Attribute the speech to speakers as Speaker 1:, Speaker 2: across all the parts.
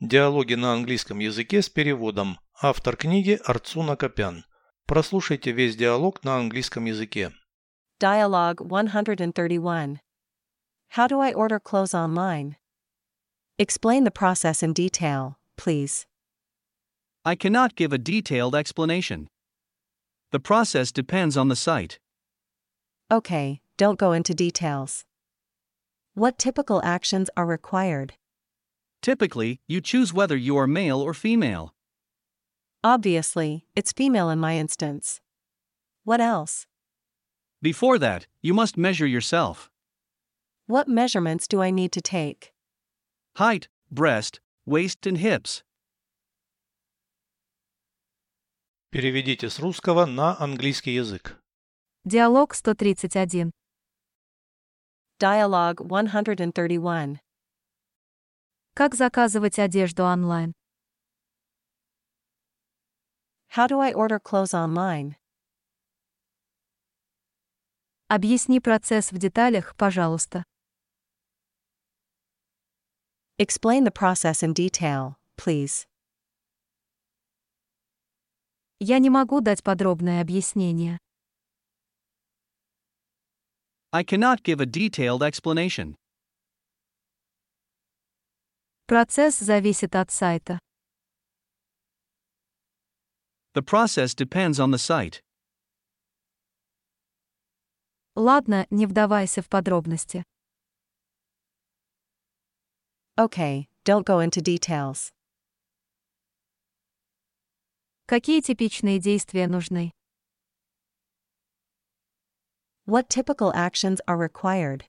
Speaker 1: Диалоги на английском языке с переводом. Автор книги Арцуна Копян. Прослушайте весь диалог на английском языке.
Speaker 2: Dialogue 131. How do I order clothes online? Explain the process in detail, please.
Speaker 3: I cannot give a detailed explanation. The process depends on the site.
Speaker 2: Okay, don't go into details. What typical actions are required?
Speaker 3: Typically, you choose whether you are male or female.
Speaker 2: Obviously, it's female in my instance. What else?
Speaker 3: Before that, you must measure yourself
Speaker 2: What measurements do I need to take?
Speaker 3: height, breast, waist, and hips.
Speaker 1: Переведите с русского на английский язык.
Speaker 4: Диалог 131.
Speaker 2: Dialogue 131.
Speaker 4: Как заказывать одежду онлайн?
Speaker 2: How do I order clothes online?
Speaker 4: Объясни процесс в деталях, пожалуйста.
Speaker 2: Explain the process in detail, please.
Speaker 4: Я не могу дать подробное объяснение.
Speaker 3: I cannot give a detailed explanation.
Speaker 4: Процесс зависит от сайта.
Speaker 3: The process depends on the site.
Speaker 4: Ладно, не вдавайся в подробности.
Speaker 2: Okay, don't go into details.
Speaker 4: Какие типичные действия нужны?
Speaker 2: What typical actions are required?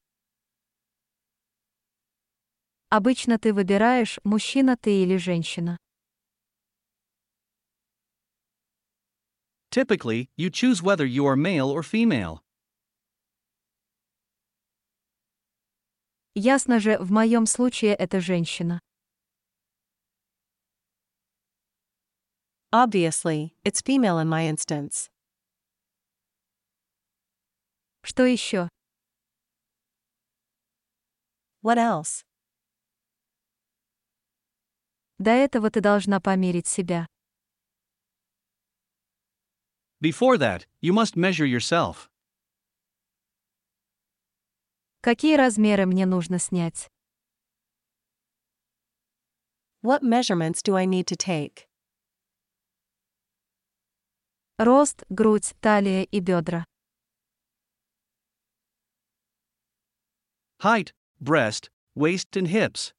Speaker 4: Обычно ты выбираешь, мужчина ты или женщина.
Speaker 3: Typically, you choose whether you are male or female.
Speaker 4: Ясно же, в моем случае это женщина.
Speaker 2: Obviously, it's female in my instance.
Speaker 4: Что еще?
Speaker 2: What else?
Speaker 4: До этого ты должна померить себя.
Speaker 3: Before that, you must measure yourself.
Speaker 4: Какие размеры мне нужно снять?
Speaker 2: What measurements do I need to take?
Speaker 4: Рост, грудь, талия и бедра.
Speaker 3: Height, breast, waist, and hips.